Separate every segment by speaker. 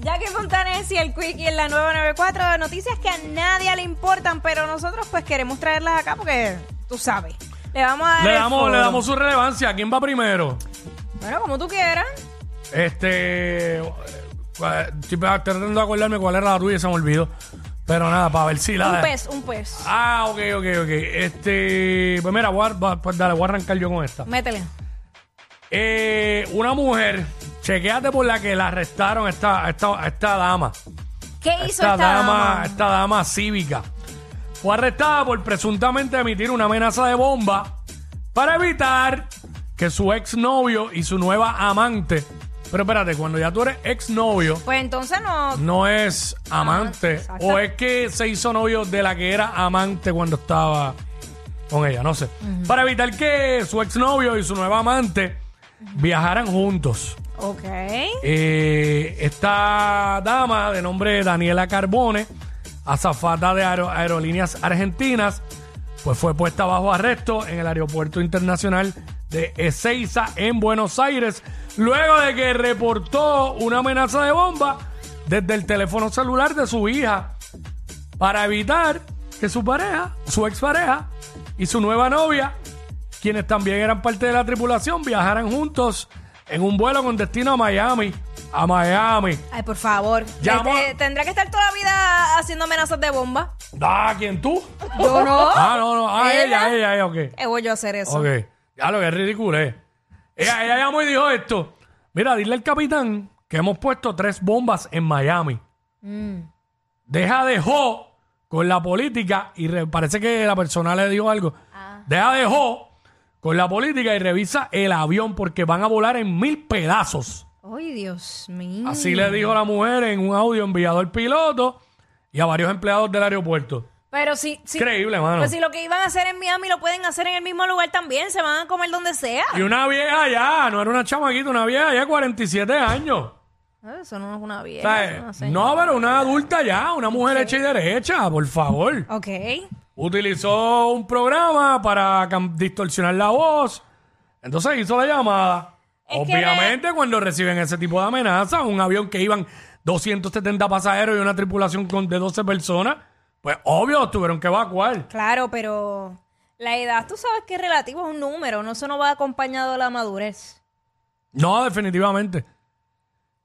Speaker 1: Jackie Fontanes y el Quickie en la 994 noticias que a nadie le importan, pero nosotros pues queremos traerlas acá porque tú sabes. Le vamos a dar
Speaker 2: Le
Speaker 1: el
Speaker 2: damos, le
Speaker 1: foro.
Speaker 2: damos su relevancia. ¿Quién va primero?
Speaker 1: Bueno, como tú quieras.
Speaker 2: Este. eh, Estoy tratando de acordarme cuál era la tuya, se me olvidó. Pero nada, para ver si la.
Speaker 1: Un pez, un pez.
Speaker 2: Ah, ok, ok, ok. Este. Pues mira, voy a- va- pues dale, voy a arrancar yo con esta.
Speaker 1: Métele.
Speaker 2: Eh, una mujer, chequeate por la que la arrestaron a esta, a esta, a esta dama.
Speaker 1: ¿Qué hizo esta, dama?
Speaker 2: Esta dama cívica. Fue arrestada por presuntamente emitir una amenaza de bomba para evitar que su exnovio y su nueva amante. Pero espérate, cuando ya tú eres exnovio,
Speaker 1: Pues entonces no.
Speaker 2: no es amante.
Speaker 1: exacto.
Speaker 2: o es que se hizo novio de la que era amante cuando estaba con ella, no sé. Para evitar que su exnovio y su nueva amante viajaran juntos.
Speaker 1: Ok.
Speaker 2: Eh, esta dama de nombre Daniela Carbone, azafata de aero- aerolíneas argentinas, pues fue puesta bajo arresto en el aeropuerto internacional de Ezeiza en Buenos Aires, luego de que reportó una amenaza de bomba desde el teléfono celular de su hija para evitar que su pareja, su expareja y su nueva novia, quienes también eran parte de la tripulación, viajaran juntos en un vuelo con destino a Miami. A Miami.
Speaker 1: Ay, por favor.
Speaker 2: Llamó-
Speaker 1: Este, Tendrá que estar toda la vida haciendo amenazas de bomba.
Speaker 2: Ah, ¿quién tú?
Speaker 1: Yo no.
Speaker 2: Ah, no, no. Ah,
Speaker 1: Ella.
Speaker 2: ella, ella, ella, ok.
Speaker 1: Eh, voy yo a hacer eso.
Speaker 2: Ok. Ya lo que es ridículo, eh. Ella, ella llamó y dijo esto. Mira, dile al capitán que hemos puesto tres bombas en Miami. Deja de jo con la política y re- parece que la persona le dijo algo. Deja de jo con la política y revisa el avión porque van a volar en mil pedazos.
Speaker 1: Ay, Dios mío.
Speaker 2: Así le dijo la mujer en un audio enviado al piloto y a varios empleados del aeropuerto.
Speaker 1: Pero si, si,
Speaker 2: Increíble, mano.
Speaker 1: Pues si lo que iban a hacer en Miami lo pueden hacer en el mismo lugar también, se van a comer donde sea.
Speaker 2: Y una vieja ya, no era una chamaquita, una vieja ya, 47 años.
Speaker 1: Ah, Eso no es una
Speaker 2: O
Speaker 1: vieja.
Speaker 2: sea,
Speaker 1: una señora.
Speaker 2: no, pero una adulta ya, una mujer hecha y derecha, por favor.
Speaker 1: Ok.
Speaker 2: Utilizó un programa para cam- distorsionar la voz. Entonces hizo la llamada.
Speaker 1: Es que
Speaker 2: Obviamente, cuando reciben ese tipo de amenazas, un avión que iban 270 pasajeros y una tripulación con de 12 personas, pues obvio, tuvieron que evacuar.
Speaker 1: Claro, pero la edad, tú sabes que es relativo, es un número, no eso no va acompañado de la madurez.
Speaker 2: No, definitivamente.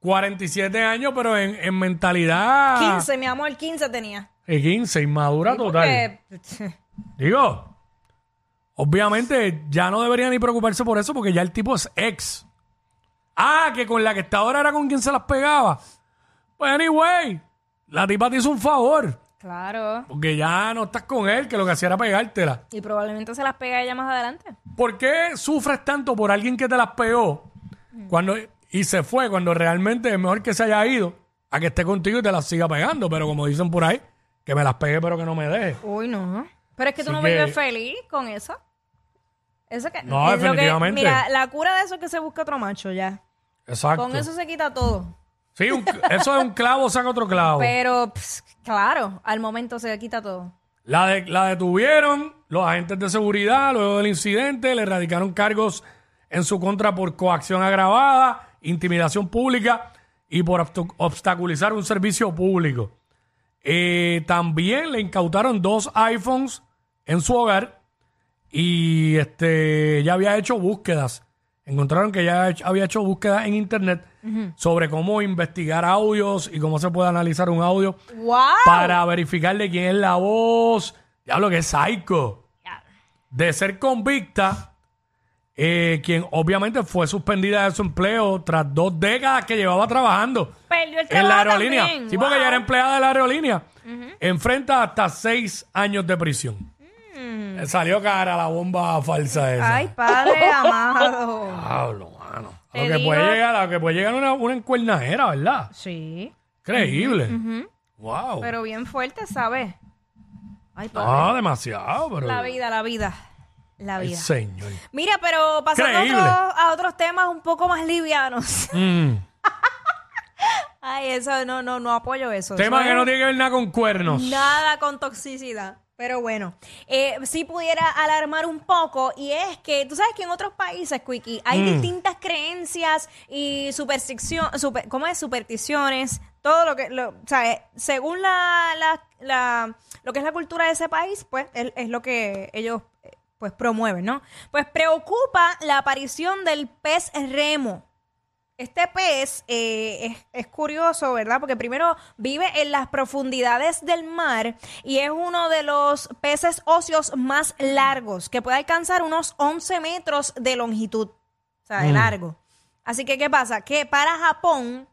Speaker 2: 47 años, pero en, en mentalidad.
Speaker 1: 15, mi amor, 15 tenía.
Speaker 2: Eh, 15, inmadura
Speaker 1: Sí,
Speaker 2: total.
Speaker 1: porque-
Speaker 2: Digo, obviamente ya no debería ni preocuparse por eso porque ya el tipo es ex. Ah, que con la que está ahora era con quien se las pegaba. Pues anyway, la tipa te hizo un favor
Speaker 1: Claro.
Speaker 2: porque ya no estás con él, que lo que hacía era pegártela.
Speaker 1: Y probablemente se las pega ella más adelante.
Speaker 2: ¿Por qué sufres tanto por alguien que te las pegó cuando, y se fue cuando realmente es mejor que se haya ido a que esté contigo y te las siga pegando? Pero como dicen por ahí, que me las pegue pero que no me deje.
Speaker 1: Uy, no. Pero es que tú
Speaker 2: Así
Speaker 1: no
Speaker 2: que-
Speaker 1: vives feliz con eso. Eso que,
Speaker 2: No,
Speaker 1: es lo que-
Speaker 2: definitivamente.
Speaker 1: mira, la cura de eso es que se busca otro macho ya.
Speaker 2: Exacto.
Speaker 1: Con eso se quita todo.
Speaker 2: Sí, un- eso es un clavo, saca otro clavo.
Speaker 1: Pero,
Speaker 2: pues,
Speaker 1: ps, claro, al momento se quita todo.
Speaker 2: La, de- la detuvieron los agentes de seguridad luego del incidente, le erradicaron cargos en su contra por coacción agravada, intimidación pública y por obstu- obstaculizar un servicio público. Eh, también le incautaron dos iPhones en su hogar y este ya había hecho búsquedas. Encontraron que ya he- había hecho búsquedas en internet sobre cómo investigar audios y cómo se puede analizar un audio
Speaker 1: ¡Wow!
Speaker 2: para verificar de quién es la voz. Diablo, que psycho. De ser convicta, eh, quien obviamente fue suspendida de su empleo tras dos décadas que llevaba trabajando
Speaker 1: Perdió el trabajo
Speaker 2: en la aerolínea.
Speaker 1: también.
Speaker 2: Sí, porque
Speaker 1: Wow.
Speaker 2: ella era empleada de la aerolínea. Enfrenta hasta seis años de prisión. Eh, Salió cara la bomba falsa esa.
Speaker 1: Mm. Ay, padre amado.
Speaker 2: Diablo, mano.
Speaker 1: Te
Speaker 2: Lo que, puede
Speaker 1: digo-
Speaker 2: llegar, lo que puede llegar una, una encuernadera, ¿verdad?
Speaker 1: Sí.
Speaker 2: Creíble. Wow.
Speaker 1: Pero bien fuerte, ¿sabes? Ay, padre.
Speaker 2: ah, demasiado, pero.
Speaker 1: La vida, la vida. La
Speaker 2: Ay,
Speaker 1: vida.
Speaker 2: señor.
Speaker 1: Mira, pero pasando a
Speaker 2: Creíble.
Speaker 1: otros, a otros temas un poco más livianos.
Speaker 2: Mm.
Speaker 1: Ay, eso no, no, no apoyo eso.
Speaker 2: Tema
Speaker 1: Eso
Speaker 2: que no
Speaker 1: es
Speaker 2: tiene que ver nada con cuernos.
Speaker 1: Nada con toxicidad. Pero bueno, eh, sí pudiera alarmar un poco y es que tú sabes que en otros países, Quickie, hay distintas creencias y superstición, super- ¿cómo es? Supersticiones, todo lo que, lo, ¿sabes? Según la, la- la- lo que es la cultura de ese país, pues es, es lo que ellos eh, pues promueven, ¿no? Pues preocupa la aparición del pez remo. Este pez eh, es, es curioso, ¿verdad? Porque primero vive en las profundidades del mar y es uno de los peces óseos más largos, que puede alcanzar unos 11 metros de longitud, o sea, de
Speaker 2: Mm.
Speaker 1: largo. Así que, ¿qué pasa? Que para Japón,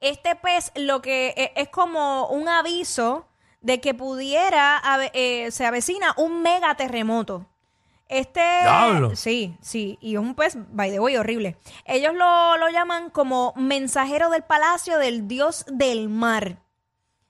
Speaker 1: este pez lo que e- es como un aviso de que pudiera, ave- eh, se avecina un mega terremoto. Este.
Speaker 2: Diablo.
Speaker 1: Sí, sí. Y es un pez, by the way, horrible. Ellos lo, lo llaman como mensajero del palacio del dios del mar.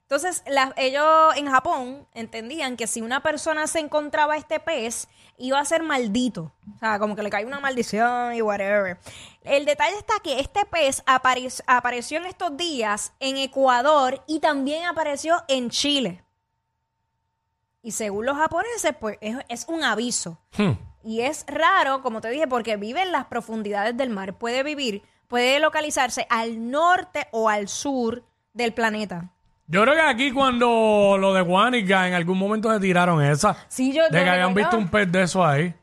Speaker 1: Entonces, la- ellos en Japón entendían que si una persona se encontraba este pez, iba a ser maldito. O sea, como que le cae una maldición y whatever. El detalle está que este pez apare- apareció en estos días en Ecuador y también apareció en Chile. Y según los japoneses, pues es, es un aviso.
Speaker 2: Hmm.
Speaker 1: Y es raro, como te dije, porque vive en las profundidades del mar. Puede vivir, puede localizarse al norte o al sur del planeta.
Speaker 2: Yo creo que aquí cuando lo de Guanica en algún momento se tiraron esa.
Speaker 1: Sí, yo,
Speaker 2: De
Speaker 1: yo
Speaker 2: que habían
Speaker 1: recuerdo-
Speaker 2: visto un pez de eso ahí.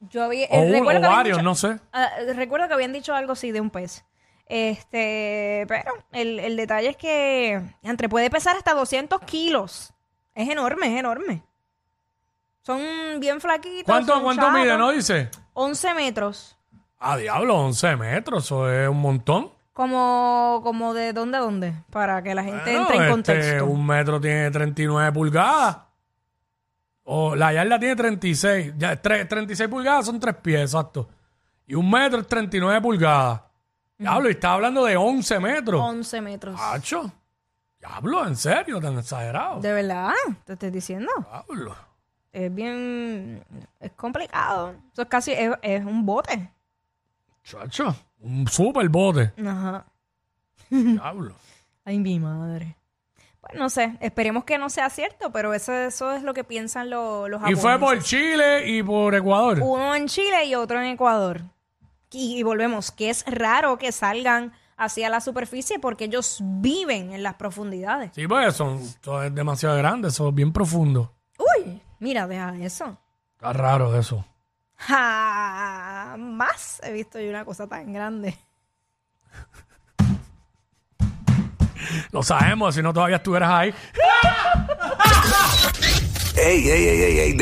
Speaker 1: Yo había, eh,
Speaker 2: O uno,
Speaker 1: recuerdo
Speaker 2: o
Speaker 1: que habían
Speaker 2: varios,
Speaker 1: dicho-
Speaker 2: no sé.
Speaker 1: ah, recuerdo que habían dicho algo así de un pez. Este, pero el, el detalle es que entre puede pesar hasta 200 kilos. Es enorme, es enorme. Son bien flaquitos.
Speaker 2: ¿Cuánto,
Speaker 1: son
Speaker 2: cuánto mide,
Speaker 1: chatos.
Speaker 2: no dice?
Speaker 1: 11 metros.
Speaker 2: Ah, diablo, 11 metros, eso es un montón.
Speaker 1: Como, como de dónde a dónde, para que la gente
Speaker 2: Bueno,
Speaker 1: entre en
Speaker 2: este,
Speaker 1: contexto.
Speaker 2: un metro tiene 39 pulgadas. O la yarda tiene 36. Ya, tre- 36 pulgadas son 3 pies, exacto. Y un metro es 39 pulgadas. Diablo, y está hablando de 11 metros.
Speaker 1: 11 metros.
Speaker 2: Hacho. Diablo, en serio, tan exagerado.
Speaker 1: De verdad, te estoy diciendo.
Speaker 2: Diablo.
Speaker 1: Es bien. Es complicado. Eso es casi. Es, es un bote.
Speaker 2: Chacho, un super bote.
Speaker 1: Ah, Ajá.
Speaker 2: Diablo.
Speaker 1: Ay, mi madre. Pues no sé. Esperemos que no sea cierto, pero eso, eso es lo que piensan lo- los
Speaker 2: Y
Speaker 1: japoneses.
Speaker 2: fue por Chile y por Ecuador.
Speaker 1: Uno en Chile y otro en Ecuador. Y, y volvemos, que es raro que salgan hacia la superficie porque ellos viven en las profundidades.
Speaker 2: Sí, pues son, son- es demasiado grande, son bien profundo.
Speaker 1: Uy, mira, deja eso.
Speaker 2: Está raro eso.
Speaker 1: Jamás he visto yo una cosa tan grande.
Speaker 2: Lo sabemos, si no todavía estuvieras ahí.
Speaker 3: Ey, ey, ey, ey, ey.